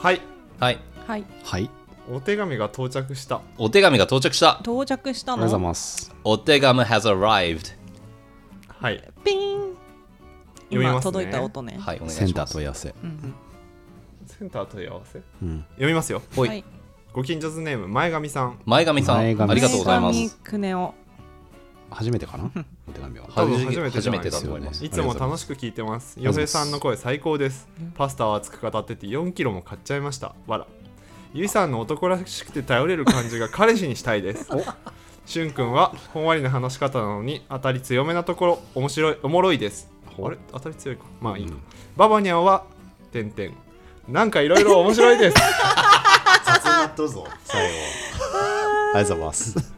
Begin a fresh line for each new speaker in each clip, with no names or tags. はい
はい
はい
はい。
お手紙が到着した
お手紙が到着した
到着した
ありがとうござい
の
ます。
お手紙 has arrived
はい
ピーン
読みます
今
ね
届いた音ね
はいお願いします
センター問い合わせ。
センター問い合わせ
うん。
読みますよ
ほい
はい
ご近所ズネーム前髪さん
前髪さん
前髪さん
ありがとうございま
前
す
髪くねお
初めてかなお手紙は。
は
多分
初め
初めてじゃない
初めてだと思います
いつも楽しく聞いてます
りが
よ
とうござい
せさ
ます
んの声最高ですパスタを熱く語ってて4キロも買っちゃいましたわらゆいさんの男らしくて頼れる感じが彼氏にしたいですしゅんくんはほんわりな話し方なのに当たり強めなところ面白いおもろいですあれ当たり強いかまあいいか、ババニャンはてんてんなんかいろいろ面白いです
雑になっとるぞ、最後。ありがとうございます。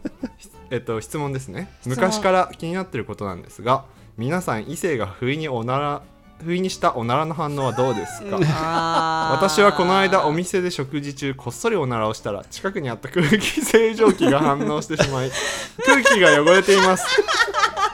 えっと質問ですね
問
昔から気になってることなんですが皆さん異性が不意におなら不意にしたおならの反応はどうです か 私
私
はこの間お店で食事中こっそりおならをしたら近くにあった空気清浄機が反応してし まい空気が汚れています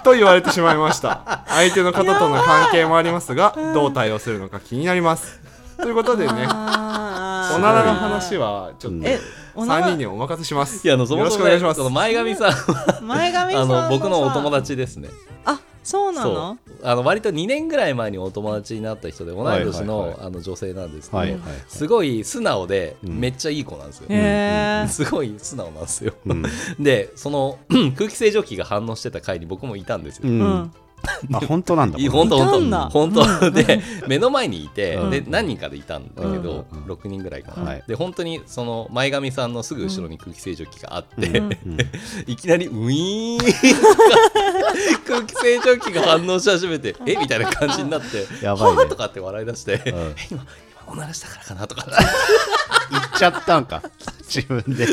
と言われてしまいました相手の方との関係もありますがどう対応するのか気になりますということでね
あー
おならの話はちょっと
えおな
3人
ら
にお任せします
いやあのそ
よ
も
ろし
そ
くお
も
願い
ね
します
その前髪さんは
前髪さ
あ
んさ
の僕のお友達ですね
あそうな
そ
の
うあの割と2年ぐらい前にお友達になった人で同い年
はいはい
の
は
あの女性なんですけど、
はいはい。
すごい素直で
ん
めっちゃいい子なんですよ、
へえ
すごい素直なんですよ
うん。
でその 空気清浄機が反応してた回に僕もいたんですよ、
う
うんん。
あ、本当なんだ。
いや本当
いた
本
ん
当
だ
本当で目の前にいて、
うん
で何人かでいたんだけど、
うん
6人ぐらいかな、
はい
で本当にその前髪さんのすぐ後ろに空気清浄機があって、
うん
うん
いきなりウィーン とか空気清浄機が反応し始めてえみたいな感じになって
やばいね
はぁとかって笑い出して、
うん
え今今おならしたからかなとか
言っちゃったんか。自分で。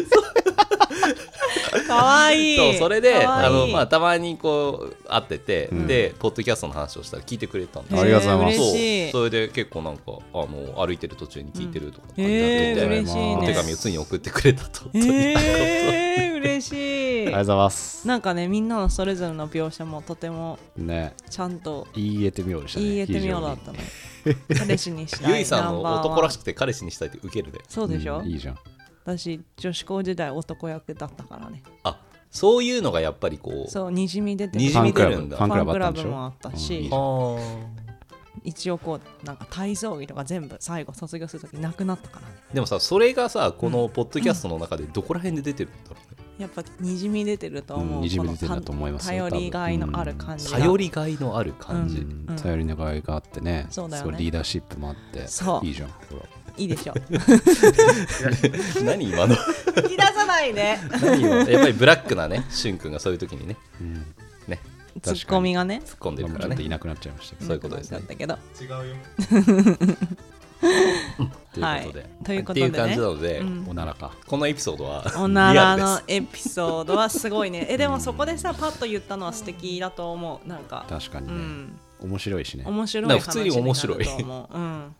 可愛い
そうそれで
かわいい
あの、まあ、たまにこう会ってて、
うん
でポッドキャストの話をしたら聞いてくれたんです
ありがとうござい
へ
ます
ー嬉しい
そうそれで結構なんかあもう歩いてる途中に聞いてるとかってなって
え
て、
ー、嬉しい
お
お
ね
手紙をついに送ってくれたと。
えー、嬉
あ
し
り
い
がとうございます。
なんかねみんなのそれぞれの描写もとても
ね。
ちゃんと
言えてみようでしたね。
言えてみようだったね彼氏にしたい
ゆいさんの男らし
い
くて彼氏にしたいって受けるで。
そうでしょ、
うんいいじゃん。
私女子高時代男役だったからね
あそういうのがやっぱりこう。
そうにじみ出て
にじみ出るんだ
ファンクラブあったんでしょ
もあったし、
うんいいじゃん
あ
一応こうなんか体操着とか全部最後卒業するときなくなったからね
ーでもさそれがさこのポッドキャストの中でどこら辺で出てるんだろうね。
やっぱにじみ出てると思う、
うんにじみ出てるんだと思います
こ
よ
の頼りがいのある感じが、
頼りがいのある感
う
じ。
ん頼りのがいがあってね。
そうだよね
すごいリーダーシップもあって。
そう
いいじゃん。ほら。
いいでしょ
何今の
引き出さないで
何今のやっぱりブラックなねしゅんくんがそういう時にね
うん。
ね
ツッコミがね
突っ込んで
で
る
も
から
ちょっと
ね。
いなくなっちゃいましたけど
そういうことですね
なくなっちゃった
違うよ
ということで。
はいということで
っ
ね
ていう感じなので、
うん
おならか。
このエピソードは
けどおならの
リアル
エピソードはすごいねえでもそこでさパッと言ったのは素敵だと思うなんか
確かに
う
ね。
ん
面白いしね。
面白い
なん
話
か普通に面白い
になると思う、うん、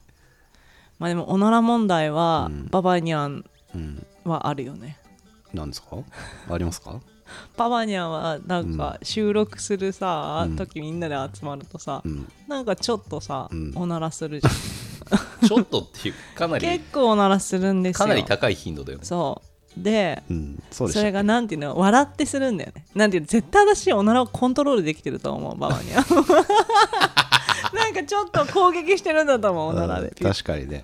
まあでもおなら問題は、
うん
ババニャン
うん。
はあるよね
なんですかありますか
ババニャンはなんか収録するさ、
うん
時みんなで集まるとさ、
うん。
なんかちょっとさ、
うん
おならするじゃん
です。ちょっとっていうかなり
結構おならするんですよ
かなり高い頻度だよね。
そうで
うん。そうでし
そ
た
れがなんていうの笑ってするんだよねなんていうの絶対私おならをコントロールできてると思うババにはなんかちょっと攻撃してるんだと思うおならで
うん確かにね。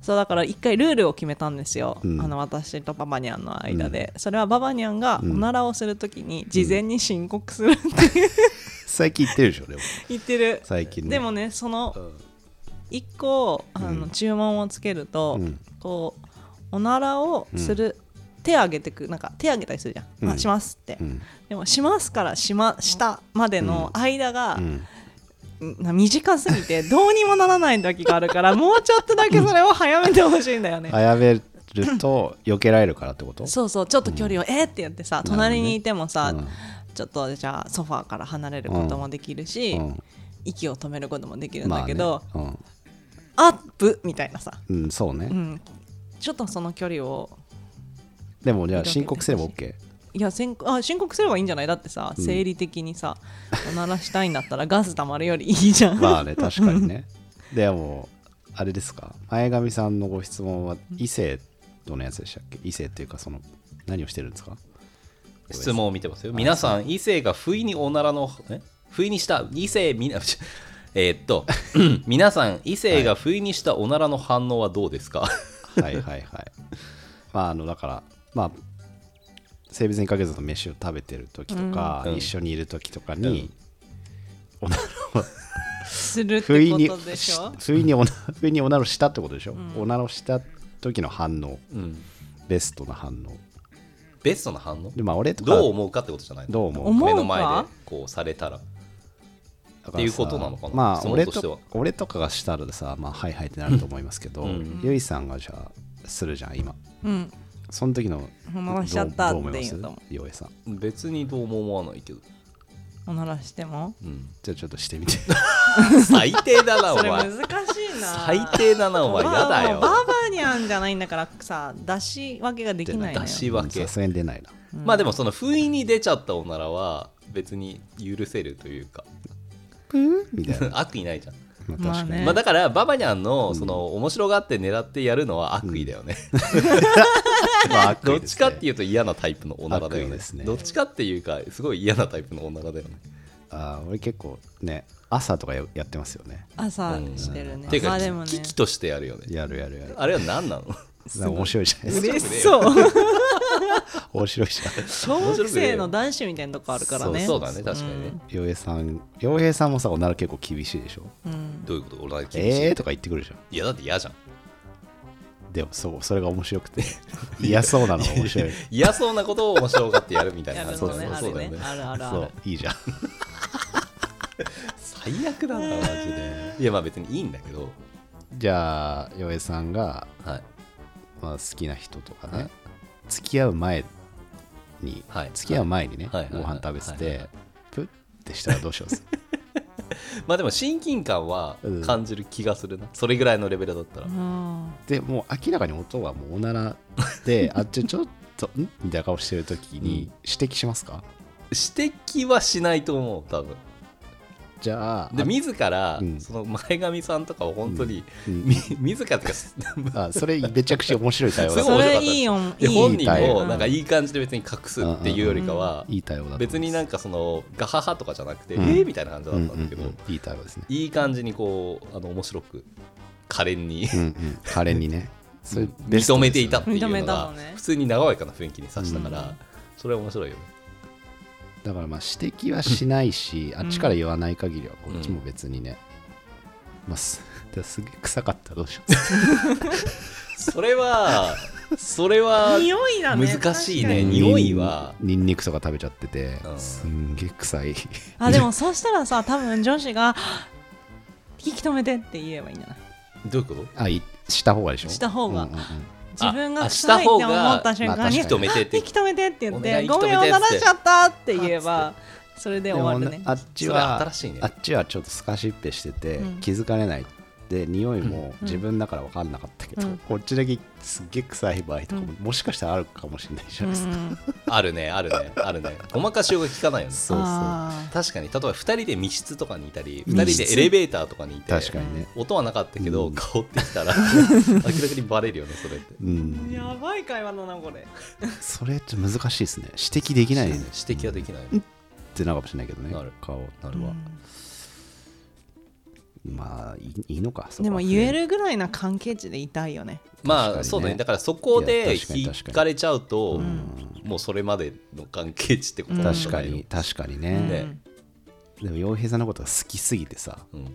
そうだから一回ルールを決めたんですよ、
うん
あの私とババニャンの間で、それはババニャンがおならをするときに事前に申告するって
最近言ってるでしょ、でも。
言ってる、
最近ね。
でもねその一個あの注文をつけると、
うん
こうおならをする、手挙げてくなんか手挙げたりするじゃん、
うん
あしますって、
うん。
でもしますからしましたまでの間が
う、ん。
な短すぎてどうにもならない時があるからもうちょっとだけそれを早めてほしいんだよね、
早めると、避けられるからってこと
そうそうちょっと距離を、えーってやってさ
るほどね
隣にいてもさ、
うん
ちょっとじゃあソファーから離れることもできるし、
う
息を止めることもできる
ん。
ん
ま
だ
あ
け
ね
ど、
うん
アップみたいなさ、
うん、そうね
う。ん、ちょっとその距離を
でも、じゃあ
色気
申告すれば OK。
いやせんあ申告すればいいんじゃないだってさ
うん
生理的にさ、おならしたいんだったらガス溜まるよりいいじゃん、
まあね、確かにね。でも、あれですか前髪さんのご質問は異性とのやつでしたっけ異性っていうかその何をしてるんですか
質問を見てますよ。皆さん、異性が不意におならの、え不意にした、異性、みな、 えーっ と、皆さん、異性が不意にしたおならの反応はどうですか、
はいはいはいまああのだからまあ性別にかけずの飯を食べてる時とか、
うん
一緒にいる時とかに、おならを
するっ
不
て
意
こ
に
とでしょ
不意におな 不意におならをしたってことでしょ、おならをした時の反応
うん、
ベストな反応
ベストな反応
でまあ俺とか
どう思うかってことじゃないの
どう思う
思う
目
か
の前でこうされたら。
だ
っていうことなのかな
ま
質
あ
問
俺
としては
と俺とかがしたらさ、まあ、はいはいってなると思いますけど、
うん
ゆいさんがじゃあするじゃん今
うん
その時の
おな
ど
ら
う
しちゃった
ど
って
思い
言うと
ま
思
すよえさん
別にどうも思わないけど。
おならしても
うん、
じゃあちょっとしてみて
最低だな、お
それ難
前
し。いな
最低だな、お前。やだ
もうバー
よ。
バーニャンじゃないんだからさ出し分けができないの
出
よ
し分け
さ。すがに出ないな
まあでも、その不意に出ちゃったおならは、別に許せるというか、
みたいな、
悪意ないじゃん。
まあ、確
まあ
かに、
ね
まあ、だからババニャンのその面白がって狙ってやるのは悪意だよね、
まあ悪意
どっ
で
ち
す
か
ね
っていうと嫌なタイプのおならだよ
悪意
ね
ですね
どっちかっていうかすごい嫌なタイプのおならだよね
あー俺結構ね朝とかややってますよね
朝してるね、
ていう
ま
か
あ
き
でも
危
ね
機としてやるよね
やるやるやる
あれは何なの
なんか面白いじゃないで
嬉
すか
しそう
面白いじゃ
小学生の男子みたいなとこあるからね
そうそうだね確かにね、
ん洋平さん洋平さんもさおなら結構厳しいでしょ
どういうことおなら厳しい、
えーとか言ってくるじゃん
いやだって嫌じゃん
でもそうそれが面白 くて嫌そうなのが面白い
嫌そうなことを面白がってやるみたい
や
な
る
そ
の
う
ね
そう
あ
そう
る
だよ
ね
ね
あるあるあ
そ
る
ういいじゃん
最悪だなマジでいやまあ別にいいんだけど
じゃあ洋平さんが、
はい
まあ、好きな人とかね、
はい
付き合う前に、
はい
付き合う前にね、
はいはい
ご飯食べてて、
はいはい
プッてしたらどうしようっす
まあでも親近感は感じる気がするな、それぐらいのレベルだったら、
うん
でもう明らかに音はもうおなら であっちちょっとんみたいな顔してる時に指摘しますか、
指摘はしないと思う多分
じゃあ
で
あ
自ら、
うん
その前髪さんとかを本当に、
うん
み 自らとかす
あそれめちゃくちゃ面白い対応だ
すご
そ
面白かったで
れ
す
いいよ
で
いい
本人
タイプ
をなんかいい感じで別に隠すっていうよりかは、
いい対応だと思います
別になんかそのガハハとかじゃなくて、
うん
えーみたいな感じだったんだけど、
うんうんうんいい対応ですね
いい感じにこうあの面白く可憐に
うんうん可憐にねそれベスト
認め
です
て
よ
いたっていう
認
の
めた
が
のね
普通に和やかな雰囲気にさしたから、
うん
それは面白いよね
だからまあ指摘はしないし、あっちから言わない限りはこっちも別にね、まあすすげえ臭かったらどうしよ う
それ はそれは
匂いだね
難しいね
確かに
匂いは
にんにんにくとか食べちゃってて、
うん
すんげえ臭い
あでもそうしたらさ多分女子が「引き止めて」って言えばいいんじゃない
どういうこと
あいした方がでしょ
した方が
うんうんうん
自分
あ
が
した
臭いって
方
思
が
った瞬
まあ
間に
確
引き
かに
止めてっ
「引
て
き止めて」って言っ
お願
て「
い
ごめんお
引き止め
なら
てっつって
しちゃった」って言えばそれで終わる
で
ね
もあっち
そ
は
れ新しいね
あっちはちょっとすかしっぺしてて、
うん
気づかれないで匂いも自分だから分かんなかったけど、
うん
こっちだけすっげえ臭い場合とかも、もしかしたらあるかもしれないじゃ
う
ないですか、
ん
あるねあるねあるねごまかしようが効かないよね
そうそう
あ
確かに例えば2人で密室とかにいたり
密
2
室
人でエレベーターとかにいて
確かにね
音はなかったけど、
うん
香ってき たら明らかにバレるよねそれって
うん
ーやばい会話だなこれ
それって難しいですね指摘できないね
指摘はできない、
ってなるかもしれないけどね
なる
顔
なるわ、
まあいいいいのか
でも言え
る
るぐらいな関係値でいたいよね
まあ、
確かにね
そうだねだからそこで
いや確かに
引
確かに
かれちゃうともうそれまでの関係値ってことなんじ
確
ゃな
か
いの
に確かに
うん
ね、
ね
でも洋平さんのことが好きすぎてさ
うん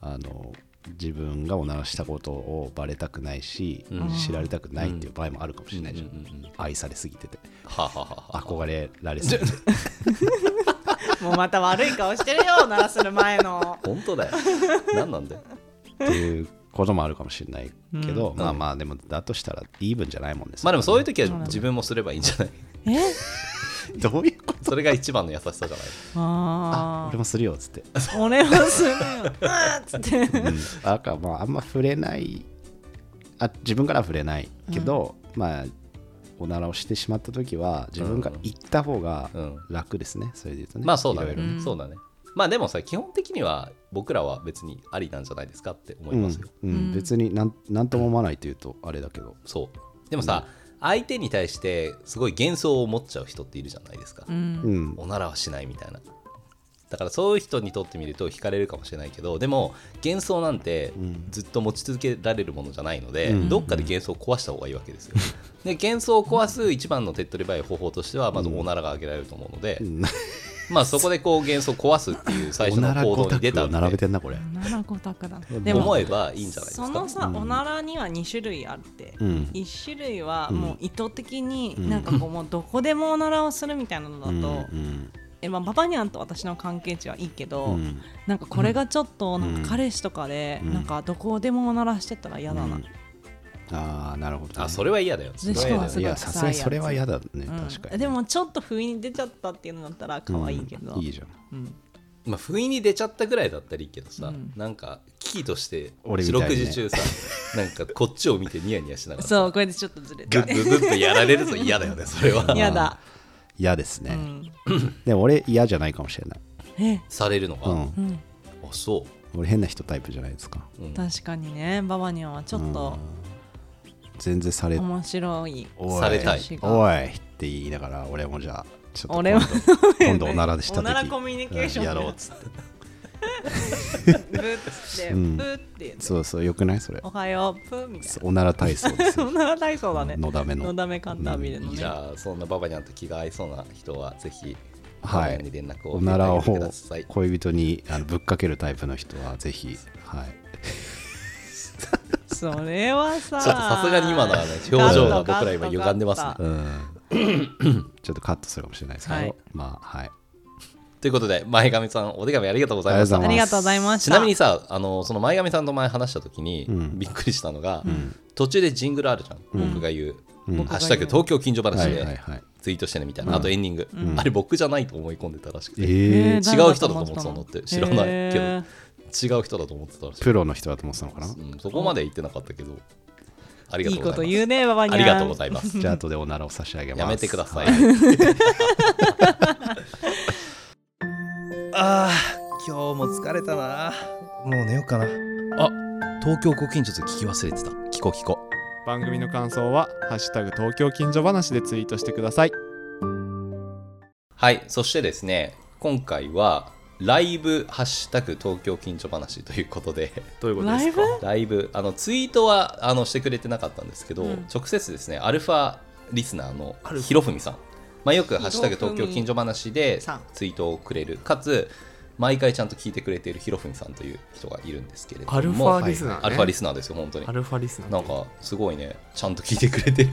あの自分がおならしたことをバレたくないし、知られたくないっていう場合もあるかもしれないじゃん,、愛されすぎてて
はあはあはあはあ
憧れられすぎて
もうまた悪い顔してるよ鳴らする前の
本当だよ何なんだよ
っていうこともあるかもしれないけど、まあまあでもだとしたらイーブンじゃないもんです
まあで
よ
もそういう時は自分もすればいいんじゃな い
え
どういうこと
それが一番の優しさじゃない
あ
俺もするよっつって
あ俺はするようんっつって
だからまああんま触れないあ自分からは触れないけど、まあおならをしてしまった時は自分から言った方が
うん
楽ですね、それで言うとね
まあそうだ
いろいろ
ねそうだねまあでもさ基本的には僕らは別にありなんじゃないですかって思いますよ、
うん、う
うん
ん、別になんなんとも思わないというとあれだけど
そうでもさ、相手に対してすごい幻想を持っちゃう人っているじゃないですか、
うん
うん
おならはしないみたいなだからそういう人にとってみると惹かれるかもしれないけどでも幻想なんて
うん
ずっと持ち続けられるものじゃないので、
うん
どっかで幻想を壊した方がいいわけですよ、で幻想を壊す一番の手っ取り早い方法としてはまずおならが挙げられると思うので、
うん
まあそこでこう幻想を壊すって いう最初の行動に出た
おなら
ん
五択を並べ
で
てんなこれ
七五択だ
でも
思えばいいんじゃないです
そ
か
のさ、
うん
おならには2種類あって、
うん
1種類は
うん
もう意図的に、
うん
なんか こうもうどこでもおならをするみたいなのだと、
うん
えまあ、ババニャンと私の関係値はいいけど、
うんうん
なんかこれがちょっと
ん
なんか彼氏とかで、
うん
なんかどこでもおならしてたら嫌だな、
うんああなるほどね、
あそれは嫌だよそれは嫌だよ
しかも
いやさすがにそれは嫌だね、
うん
確かに
でもちょっと不意に出ちゃったっていうのだったら可愛いけど、
うんいいじゃん
うん
まあ、不意に出ちゃったぐらいだったらいいけどさ、
うん
なんか危機として
俺み
四
たいに
六
ね
時中さ、なんかこっちを見てニヤニヤしながら
そうこれでちょっとずれ
グ
た
ッグッグッとやられると嫌だよねそれは
嫌だ、
嫌です
う
ね、
ん、
でも俺嫌じゃないかもしれない、
え、
されるのが、
う
あ
ん、
うん、
そ
俺変な人タイプじゃないですか
う、うん
確かにねババニャンはちょっと
全然され
面白い、
おい
されたい
おいって言いながら俺もじゃあちょっと
俺も
今度今度おならでした
おならコミュニケーション
やろうっつって
ブッって、
うん
ブッって言って
そうそうよくないそれ
おはようプーみたい
おなら体操です
な
よ
おなら体操だね
のだめの
のだめカンタービレのね
じゃあそんなババニャンと気が合いそうな人はぜひ
は
ババニャンに
い
連絡を
おならを
ください
恋人にあのぶっかけるタイプの人はぜひはい
それはさ
ちょっとさすがに今のはね表情が僕ら今歪んでますね
うんちょっとカットするかもしれないですけど、
はい
まあはい
ということで前髪さんお手紙ありがとうございまし
ありがとうございま
た
す
あり
ちな
がとうございました
みにさあのその前髪さんと前話した時に、
うん
びっくりしたのが、
ん
途中でジングルあるじゃん、僕が言う「
うん
ハッシュタグ東京近所話」
はいはい
で
はい
ツイートしてねみたいな、あとエンディング、
ん
あれ僕じゃないと思い込んでたらしくて、
えー、
違う人だと思ってたのって知らないけど
え
違う人だと思ってたらしい
プロの人だと思ってたの かな
うん、そこまで言ってなかったけどあり
ー
が
い
と
いうこ
ございま
と
す
言うねババニャ
あ
ン
りがとうございます
じゃあ後でおならを差し上げます
やめてください
は。
ああ、今日も疲れたな。もう寝ようかな。あ、東京ご近所と聞き忘れてた。聞こ聞こ。
番組の感想は「ハッシュタグ東京近所話」でツイートしてください
はい、そしてですね、今回はライブハッシュタグ東京近所話ということで、
どういうこと
ラ
です
イ
か
ブ
ライブあのツイートはあのしてくれてなかったんですけど、
うん
直接ですね、アルファリスナーのひろふみさん、まあよくハッシュタグ東京近所話で
さん
ツイートをくれる、かつ毎回ちゃんと聞いてくれているひろふみさんという人がいるんですけれども、
アルファリスナー、ね
アルファリスナーですよ、本当に
ア。ルファリスナー
なんかすごいね、ちゃんと聞いてくれてる。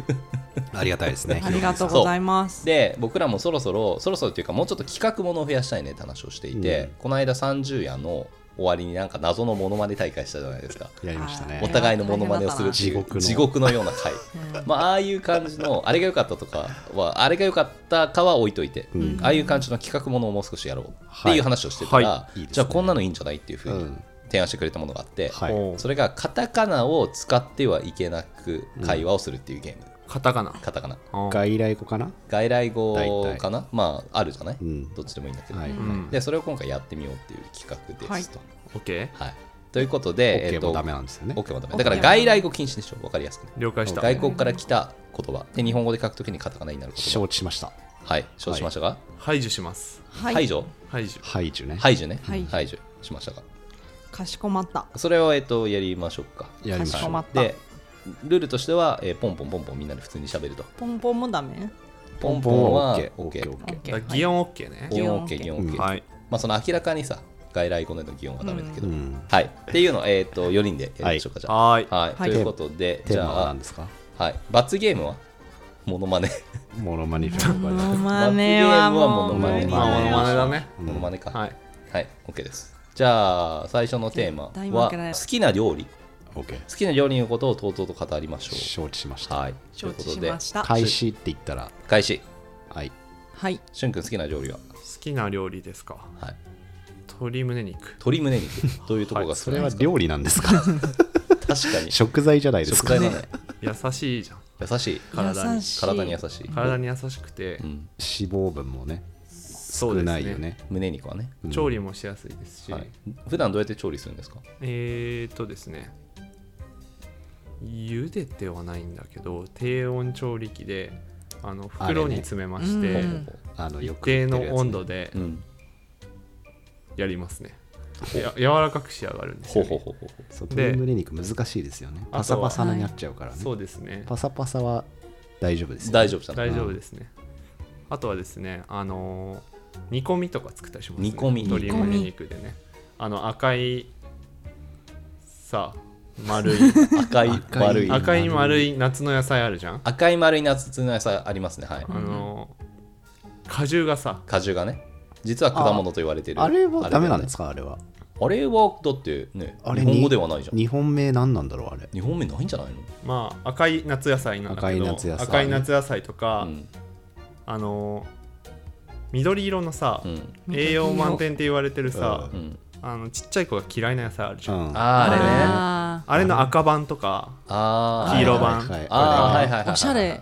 ありがたいですね
ありがとうございま す
で、僕らもそろそろ、そろそろというか、もうちょっと企画ものを増やしたいねって話をしていて、
うん
この間30夜の終わりになんか謎のモノマネ大会したじゃないですか。
やりましたね
あ
お互いのモノマネをするっていう
地獄の
地獄のような回。まあ、ああいう感じの、あれが良かったとかは、あれが良かったかは置いといて、
うん
ああいう感じの企画ものをもう少しやろうっていう話をしてたら、
はいいいですね
じゃあこんなのいいんじゃないっていうふう
う
に
ん
提案してくれたものがあって、
はい
おう
それがカタカナを使ってはいけなく会話をするっていうゲーム、
カタカナ
カタカナ
うん
外来語かな
外来語かなまああるじゃない、
うん
どっちでもいいんだけど、
はい、
うん
でそれを今回やってみようっていう企画ですと、
オッケー
はいということで、
OK
と
もダメなんですよね
OK もダメだから外来語禁止でしょわかりやすくね
了解した
外国から来た言葉で日本語で書くときにカタカナになる言葉
承知しました
はい承知しましたが、
排除します
はい
排除
排除
排除ね、
排除ね、
はい
排除しましたが
かしこまった
それを、えっと、やりましょうか
やりまし
かしこ
ょ
ま
う
った
でルールとしては、えーポンポンポンポンみんなで普通に喋ると
ポンポンもダメ
ポンポンは
OK
OK
オッケ
だから
ー
擬音オッケーね
擬音 OK
擬音
擬音
うん
OK、
は
ま
い
あその明らかにさ外来語での擬音はダメだけど、
うん
はいっていうのを、えー、と4人でやりましょうか、
はーい
じゃあはい、
はい
ということで
テ
じ
ー
ゃ
マは
あ
何ですか
はい罰ゲームはモノマネ
モノマネじゃ
モ
ん
ノマネはもう
罰
無
ゲー
理
ム
まあモ
はモ
ノ
ノ
マ
マ
ネだね
モノマネか
はい
はい OK ですじゃあ最初のテーマ
絶対負けない
は好きな料理
OK
好きな料理のことをとうとうと語りまし
承知しまし
ょう
た
はい
承知し
というこ
ま
とで
した
開始って言ったら
開始
はい
はい
しゅんくん好きな料理は、
好きな料理ですか
はい、
鶏胸肉
鶏胸肉どういうところが好
そ
きな
れ
んで
は
すか、
料理なんですか
確かに
食材じゃないです
食
か
材だね
優しいじゃん
優しい
体に
優しい
体に優しい
体に優しくて
うん
脂肪分もね
そ
少
うですね
ないよね。
胸肉はね、
うん
調理もしやすいですし、
はい、普段どうやって調理するんですか
えーとですね茹でてはないんだけど低温調理器であの
あれ
袋に
ね
詰めまして、
うん
ほうほう
あの
一
よく
定
売ってるやつね
の温度で
うん
やりますね、や柔らかく仕上がるんです
ほう
よ、
ほう
ね、
ほうほう
そう
で
鶏胸肉難しいですよね。パサパサになっちゃうからね。
そうですね
パサパサは大丈夫ですよ、
大丈夫したの
大丈夫ですねあとはですねあのー煮込みとか作ったりします、ね、
煮込み
鶏
煮込み
胸肉でねあの赤いさ丸い
赤 い
赤い
丸い
赤い丸い夏の野菜あるじゃん
赤い丸い夏の野菜ありますねはい
あのー果汁がさ
果汁がね実は果物と言われてる
あれはダメなんですすかあれは。
あれはだってね
あ
日
れ
本語ではないじゃん
日本名何なんだろうあれ。
日本名ないんじゃないの
まあ赤い夏野菜なんだけど
赤い夏野菜
赤い夏野菜とか、
うん
あのー緑色のさ、
うん
栄養満点って言われてるさ、
うん
あのちっちゃい子が嫌いな野菜あるじゃん、
うん
あーあれね
あ
あれの赤版とか
あー
黄色版
はいはいはい
あーはいはいはい
ー
はい
おしゃれ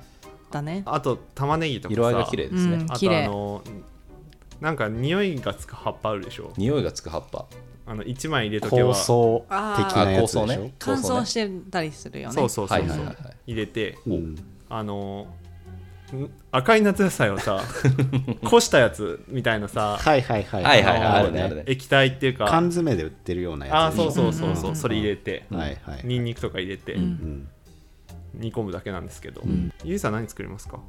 だね
あと玉ねぎとかさ
色合いが綺麗です
う
ね
ん
あ
綺
とあ
麗
のなんか匂いがつく葉っぱあるでしょ
匂いがつく葉っぱ
あの1枚入れとけば
構想的
あ
なや
構
つでしょ
想。ね
乾
構想
燥
ね
してたりするよね
そうそうそうそう、
はいはいはいはい
入れて
うん
あのん赤い夏野菜を さこしたやつみたいなさ
はいはいはい
はいは
は
い
い
あ
ある
る
ねある
ね
ね。
液体っていうか
缶詰で売ってるようなやつ
あー
でしょ
そうそうそうそう、
うん
それ入れて、
はいはい
にんにくとか入れて
うん
うん
煮込むだけなんですけど、
ん
ゆいさん何作りますか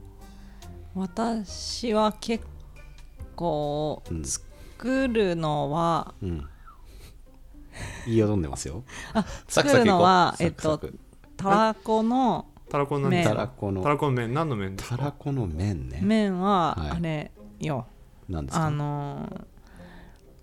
私は結構
うん
作るのは、
うん言いよどんでますよ。
サク
作
サ
る
クい
の
こう
はえっと
サクサク
たらこの
たらこの
麺
何
たらこの
たらこの麺何の麺です
た
から
この麺ね。
麺は
はい
あれよ、
なんです
あ
か。
の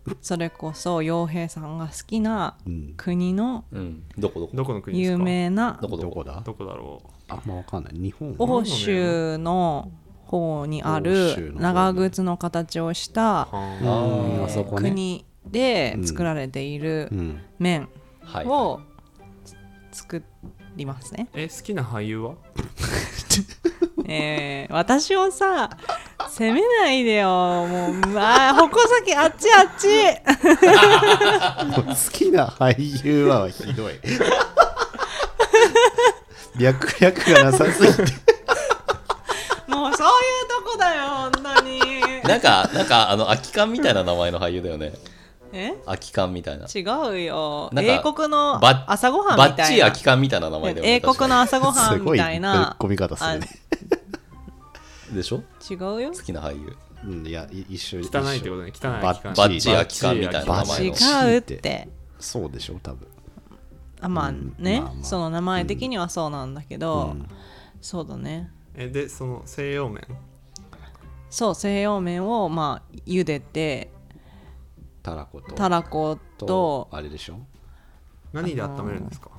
ーそれこそ洋平さんが好きな
うん
国の
うんどこどこ
どこの国ですか
有名な
どこ
ど
ど
こ
こ
だ
どこだろう
あんまわかんない。日本
欧州の方にあ
欧州
る
の方ね
長靴の形をした
は
う
ー
あ
ん
ー
あそこね。
国で作られている
うん
麺
はい
を作りますね。
え好きな俳優は
えー私をさ責めないでよもうあー矛先あっちあっち
好きな俳優はひ どい脈略がなさすぎて
もうそういうとこだよ本当に
なんかなんかあの空き缶みたいな名前の俳優だよね
え
空き缶みたいな
違うよ
なんか
英国の
ば
朝ごはん
バ
みた
ッチ
い
リ
な
空き缶みたいな名前だよね
英国の朝ごは
す
ん
ご
み
い
たいな
込み方するね、
確かにでしょ
違うよ
好きな俳優
うん、いやい一緒
汚いってことね汚い空き缶
バッ
バッチリ空き缶みたいな名前
違
の
うって
とそうでしょ多分
あまあ
うん
ね、
まあまあ
その名前的にはそうなんだけど、そうだね
えでその西洋麺
そう西洋麺をまあ茹でて
たらこと
たらこと
あれでしょ
何で温めるんですか、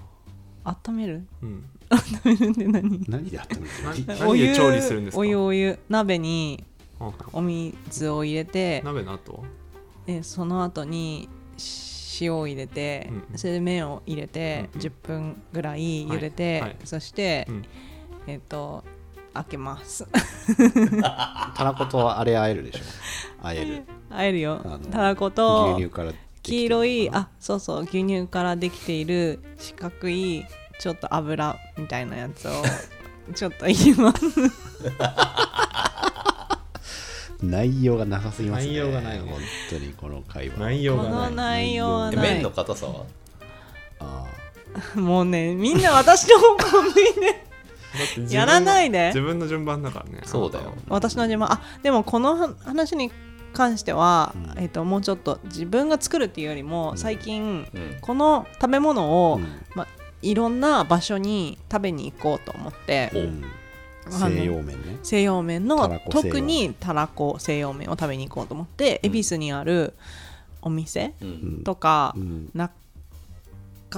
温める
うん、
温めるって何
何でやってるの
何何で調理するんですか
お湯お湯鍋に
はん
お水を入れて
鍋の後
でその後に塩を入れて、
うん
それで麺を入れて、
うん
10分ぐらい茹でて、
はいはい
そして、
うん
えっ、と開けます
たらことはあれあえるでしょあえる
会えるよ
あの
たらこ
牛
と
乳からできて
黄
るの
色
かない
あそうそう牛乳からできている四角いちょっと油みたいなや つをちょっと入れます
内容が長すぎますね
内容がないね
本当にこの会話
内容
こ
が
の
ない
内容は
え
ない
麺の硬さは
あ
もうねみんな私の方向向いてやらないで
自分の順番だからね
そうだよ
私の自慢あでもこの話話に関しては、
うん
えっともうちょっと自分が作るっていうよりも、
うん
最近
うん
この食べ物
あ
を、いろんな場所に食べに行こうと思って、
お
うん西洋麺ね
西洋麺の
たらこ西洋
特にたらこ西洋麺を食べに行こうと思って
うん
恵比寿にあるお店
う
うんん
とか
うん
中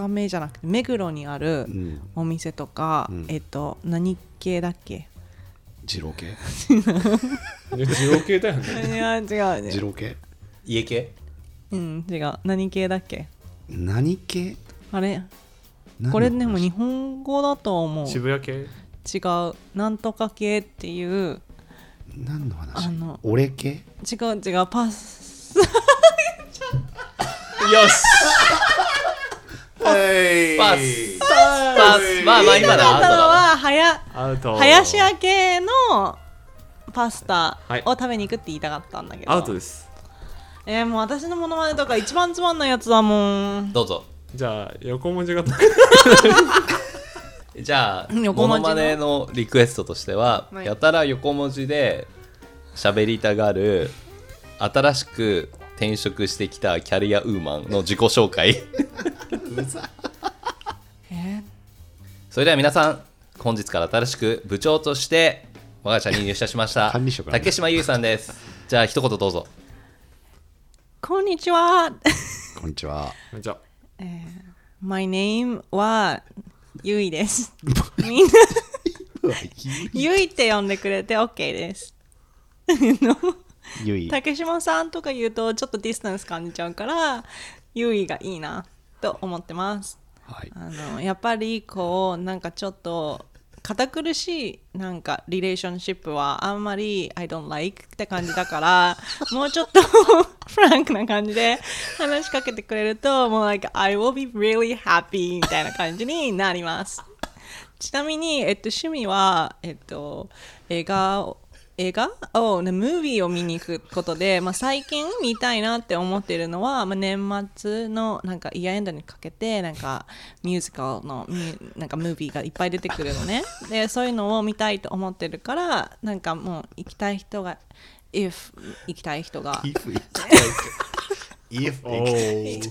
目じゃなくて目黒にある
うん
お店とか、
うん
えっと何系だっ け
二郎系
二郎系だよ
い
ね
や違う
二
ね
郎系
家系
うん違う何系だっけ
何系
あれこれでも日本語だと思う違
渋谷系
うなんとか系っていう
何の話
あの
俺系
違う違うパス
よし
はい
パスパスまあまあ今のはアウ
だ
ト
ったの
だわ
ははや
アウト
林家系のパスタ
はい
を食べに行くって言いたかったんだけど、
アウトです
えー、もう私のモノマネとか一番つまんないやつだもん
どうぞ
じゃあ横文字が
じゃあ
横
モ
文
ノ
字の
マネのリクエストとしては、
はい
やたら横文字で喋りたがる新しく転職してきたキャリアウーマンの自己紹介
え
それでは皆さん本日から新しく部長として我が社に入社しました
管理職なんだ
竹島優さんですじゃあ一言どうぞ
こんにちは
こんにちは
じゃあ
My name はゆいですみんなゆいって呼んでくれて OK です
ゆい
竹島さんとか言うとちょっとディスタンス感じちゃうからゆいがいいなと思ってます
はい
あのやっぱりこうなんかちょっと堅苦しいなんかリレーションシップはあんまり I don't like って感じだからもうちょっと フランクな感じで話しかけてくれるともう like I will be really happy みたいな感じになりますちなみに、えっと、趣味は、えっと、映画を映画を、ね、ムービーを見に行くことで、まあ、最近見たいなって思ってるのは、まあ、年末のなんかイヤーエンドにかけてなんかミュージカルのミュなんかムービーがいっぱい出てくるのねでそういうのを見たいと思ってるからなんかもう行きたい人が if 行きたい人が
if if
おー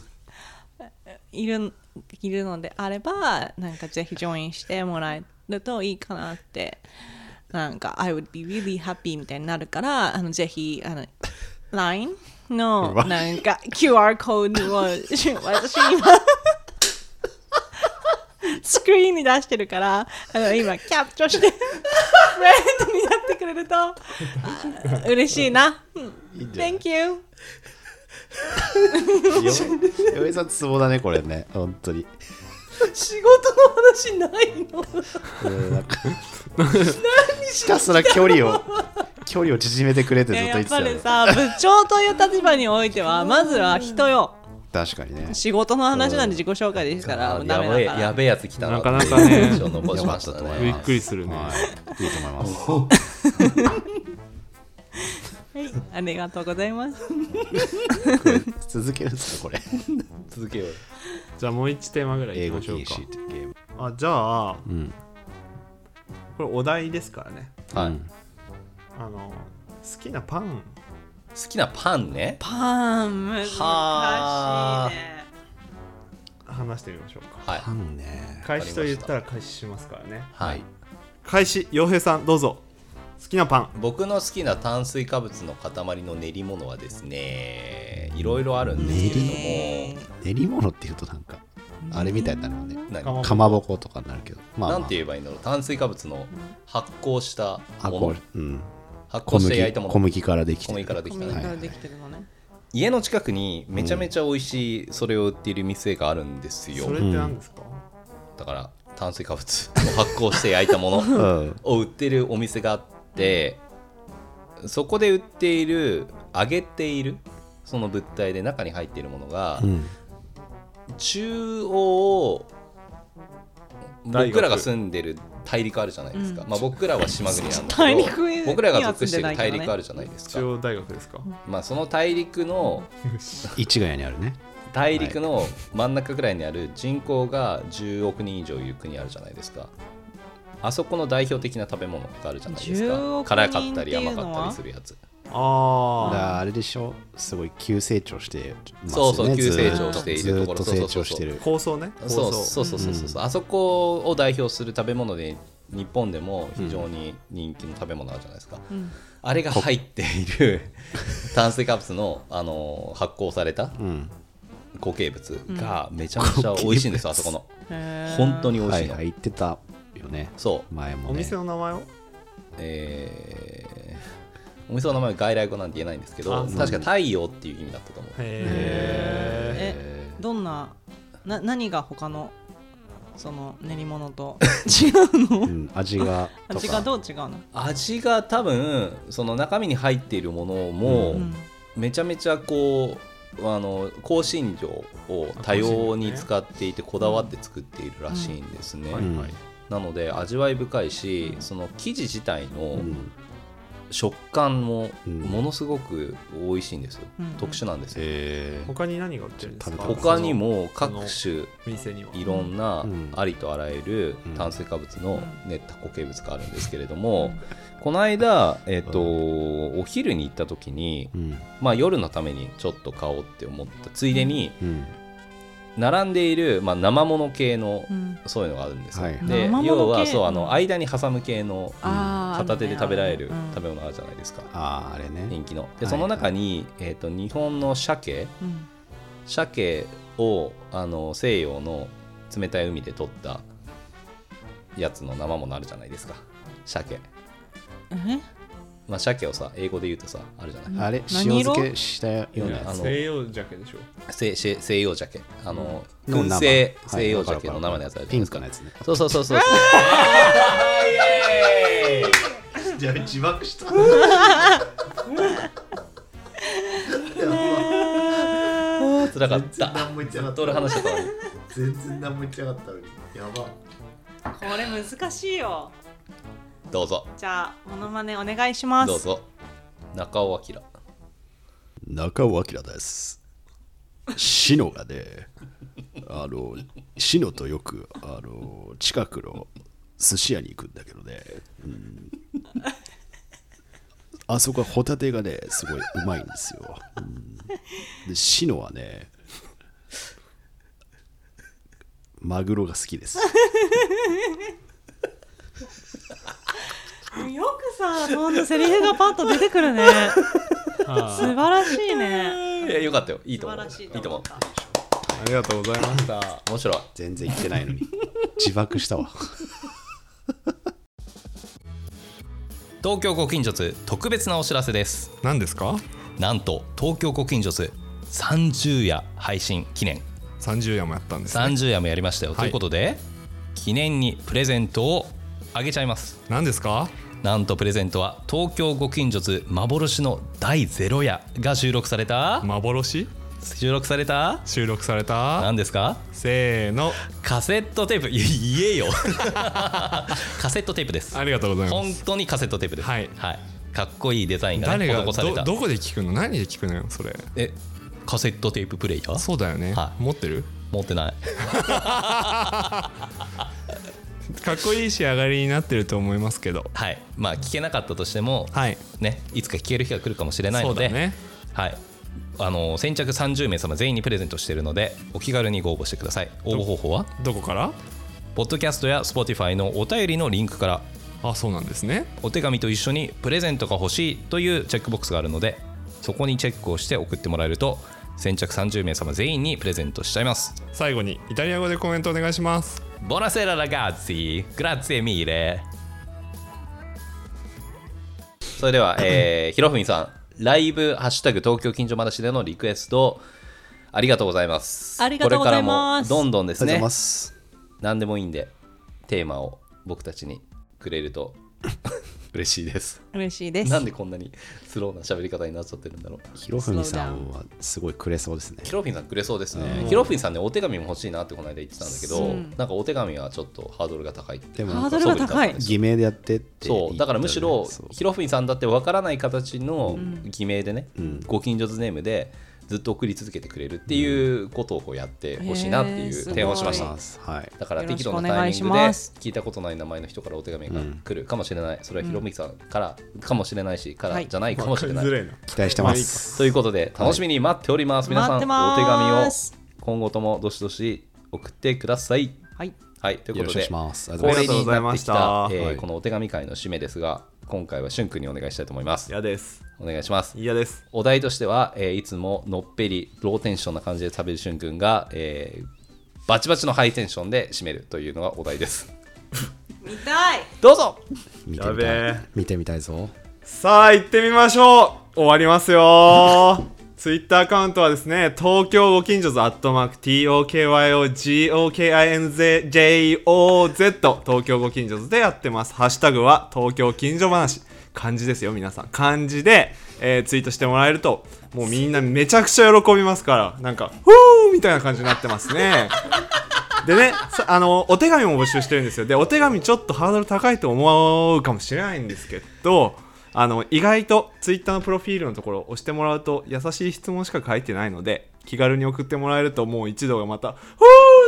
いるいるのであればなんかぜひジョインしてもらえるといいかなってなんか I would be really happy みたいになるからあのぜひあの LINE の
うわ
なんか QR コードをし私今スクリーンに出してるからあの今キャプチャーしてレッドになってくれるとあ嬉しいな。Thank you
よいさんツボだねこれね本当に
仕事の話ないの
うんなんかひたすら距離を距離を縮めてくれってずっと
や
言
っ
ってた
ぱ
よ
り
ね
さ部長という立場においてはまずは人よ
確かにね
仕事の話なんで自己紹介ですから
あーや
ダメ
べえ
だか
や
ら
べえやつ来たな
なかなかね
という印象を残しましたね
びっくりするね
はいいいと思います
はいありがとうございます
これ続けるんですかこれ
続けようよ
じゃあもう一テーマぐらい
英
いき
語
ましょう
禁
か
止ってゲーム
あじゃあ
うん
これお題ですからね
はい
うん
あの好きなパン
好きなパンね
パン
は
難
あ
しいね
話してみましょうか
はい
パンね
開始と言ったら開始しますからね
はい
開始洋平さんどうぞ好きなパン
僕の好きな炭水化物の塊の練り物はですねいろいろあるんですけれども
練り物っていうとなんかあれみたいになるもんね
何
かまぼことかになるけどまあまあ
なんて言えばいいんだろう炭水化物の発酵した
あ
も
こ
の
ううん
発
小
酵して焼い
麦
たも
小
の
麦からでき
小
て
麦
る
からで
小
きた、
麦
ね、
からできてるのね
家の近くにめちゃめちゃ美味しいそれを売っている店があるんですよ
それって何ですか、
だから炭水化物の発酵して焼いたもの
うん
を売ってるお店があってそこで売っている揚げているその物体で中に入っているものが、
うん
中央を
大学
僕らが住んでる大陸あるじゃないですか、まあ、僕らは島国なんだ
大
け
陸には
ど僕らが属して
住んでな
る大
いからね
陸あるじゃないですか、
中央大学ですか、
まあ、その大陸の
市ヶ谷にあるね
大陸の真ん中ぐらいにある人口が10億人以上いる国あるじゃないですかあそこの代表的な食べ物があるじゃないです
10
か
億
辛かったり
人ってい
甘
うのは
かったりするやつ
だか
あ
らあれでしょすごい急成長してます
そうそう
よね
急
ずーっと
成長している
ずーっ
ところ
と
そうそ
成
うそう
長してる
あ構想ね構
そ
想
うそうそうそうそうそうあそこを代表する食べ物で日本でも非常に人気の食べ物あるじゃないですか、
ん
あれが入っている炭水化物の、あのー発酵された
うん
固形物がめちゃめちゃ美味しいんですよ、あそこの
へー
本当に美味
は
しい
い
の、
はい言ってたよね
そう
前も
お
ね
店の名前を
えーお店の名前は外来語なんて言えないんですけど
あそう
確か太陽っていう意味だったと思う
へ
えどんなな何が他のその練り物と違うの
うん、味がと
味が
か
どう違うの
味が多分その中身に入っているものも
うん
めちゃめちゃこうあの香辛料を多様に使っていてこだわって作っているらしいんですね、
はいはい
なので味わい深いしその生地自体
う
の
ん
食感も
うん
ものすごく美味しいんですよ、
うん
特殊なんですよ、
えー
他に何が売ってるんですか
食べた
他にも各種
店にはい
ろんな
うん
ありとあらゆる
うん
炭水化物
う
の
ん
練った固形物があるんですけれども、この間、えっとお昼に行った時に、
うん
まあ、夜のためにちょっと買おうって思ったついでに
うん
並んでいる、まあ、生もの系の
うん
そういうのがあるんですよ、
はい
で
生もの系
要はそうあ
うん
の間に挟む系の
あー
片手で食べられる
あね
食べ物あるじゃないですか、
あああれね
人気ので
はい
その中に、えっと日本の鮭
うん
鮭をあの西洋の冷たい海で取ったやつの生ものあるじゃないですか鮭
え
まあ鮭をさ英語で言うとさあるじゃない、
あれ塩
何色
漬けしたようなや
あの
西洋鮭でしょ
西西西洋鮭あの
の
燻製
生はい
西洋鮭の生のやつあるじ
ピ
ゃない
ン
です
ク
か
のやつね
そうそうそうそうそう
じゃあ自爆した
つらかった
も言ってなか
ずっと俺話してたのに
全然何も言ってなかったのにやば
これ難しいよ
どうぞ
じゃあモノマネお願いします
どうぞ中尾明
中尾明です。シノがね、あの、シノとよく、あの、近くの寿司屋に行くんだけどね、うんあそこはホタテがね、すごいうまいんですよ。うんで、シノはね、マグロが好きです。
よくさほんとセリフがパッと出てくるね素晴らしいね
いやよかったよいいと
素
思う
晴らしい
いいと思う
った
ありがとうございました
面白い
全然言ってないのに自爆したわ
東京ご近所図特別なお知らせです
何ですか
なんと東京ご近所図30夜配信記念
30夜もやったんです、ね、
30夜もやりましたよ、
はい
ということで記念にプレゼントをあげちゃいます
何ですか
なんとプレゼントは東京ご近所図幻の第0夜が収録された
幻
収録された
収録された
何ですか
せーの
カセットテープい や言えよカセットテープです
ありがとうございま
本
す
当にカセットテープです
はい
かっこいいデザインが、ね、
誰が
施され
ど
た
どこで聞くの何で聞くのよそれ
えカセットテーププレイヤー
そうだよね、
はい
持ってる
持ってない
かっこいい仕上がりになってると思いますけど
はいまあ聞けなかったとしても、
はい
ね、いつか聞ける日が来るかもしれない
そ
の
うだ
で、
ね
はい、あの先着30名様全員にプレゼントしているのでお気軽にご応募してください応募方法は
どこから
ポッドキャストや Spotify のお便りのリンクから
あそうなんですね
お手紙と一緒にプレゼントが欲しいというチェックボックスがあるのでそこにチェックをして送ってもらえると先着30名様全員にプレゼントしちゃいます
最後にイタリア語でコメントお願いします
ボナセララガッツィグラッツェミーレそれでは、えー、ひろふみさんライブ「ハッシュタグ東京近所話」でのリクエストありがとうございます
ありがとうございます
これからもどんどんです
ありがと
ね
うございます
何でもいいんでテーマを僕たちにくれると嬉しいです
嬉しいです
なんでこんなにスローな喋り方になっちゃってるんだろう
ひろふみさんはすごいくれそうですね
ヒロフィンさんくれそうですね。ヒロフィンさんね、お手紙も欲しいなってこの間言ってたんだけど、
うん
なんかお手紙はちょっとハードルが高いって。
でも
ハードルが高い
偽名でやってって言ったらね
そうだからむしろ
そう
ヒロフィンさんだってわからない形の偽名でね、
ん
ご近所ズネームでずっと送り続けてくれるっていうことをこうやってほしいなって
へ
い
ー
う
すごい
提案をしまし
あ
た。
はい
だから
よろし
適
く
度
お
な
願い
タイミングで
します
聞いたことない名前の人からお手紙が来るかもしれない、それはヒロミさんからかもしれないし、か
は
ら
い
じゃないかもしれない
わかりづ。れえな
期待してます
ということで楽しみに待っております、皆さん
待ってます
お手紙を今後ともどしどし送ってください
はい
はいという
よ
こ
ろ
と
しくお願い
で
しますありがとう
恒
ござい
例
ます
になっ
ありがとうございまし
てきた
た
えー
はい
このお手紙会の締めですが今回はしゅんくんにお願いしたいと思います
嫌です
お願いします
嫌です
お題としては、えーいつものっぺりローテンションな感じで食べるしゅんくんが、えーバチバチのハイテンションで締めるというのがお題です
見たい
どうぞ
見て
や
み
べ
たい
え
見てみたいぞ
さあ行ってみましょう終わりますよツイッターアカウントはですね、東京ご近所図アットマーク TOKYOGOKINJOZ 東京ご近所図でやってます。ハッシュタグは東京近所話。漢字ですよ、皆さん。漢字で、えーツイートしてもらえると、もうみんなめちゃくちゃ喜びますから、なんか、ふーみたいな感じになってますね。でね、さあのお手紙も募集してるんですよ。で、お手紙ちょっとハードル高いと思うかもしれないんですけど、あの意外とツイッターのプロフィールのところを押してもらうと優しい質問しか書いてないので、気軽に送ってもらえるともう一同がまた、ふー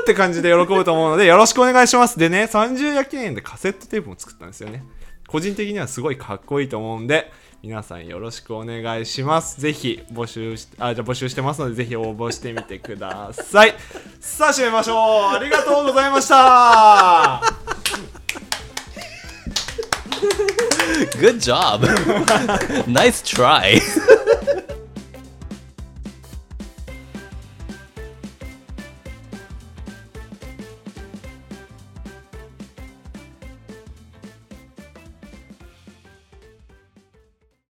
って感じで喜ぶと思うので、よろしくお願いします。でね、30夜記念でカセットテープも作ったんですよね。個人的にはすごいかっこいいと思うんで、皆さんよろしくお願いします。ぜひ募集し、あ、じゃあ募集してますので、ぜひ応募してみてください。さあ、締めましょう。ありがとうございました。
Good job! nice try!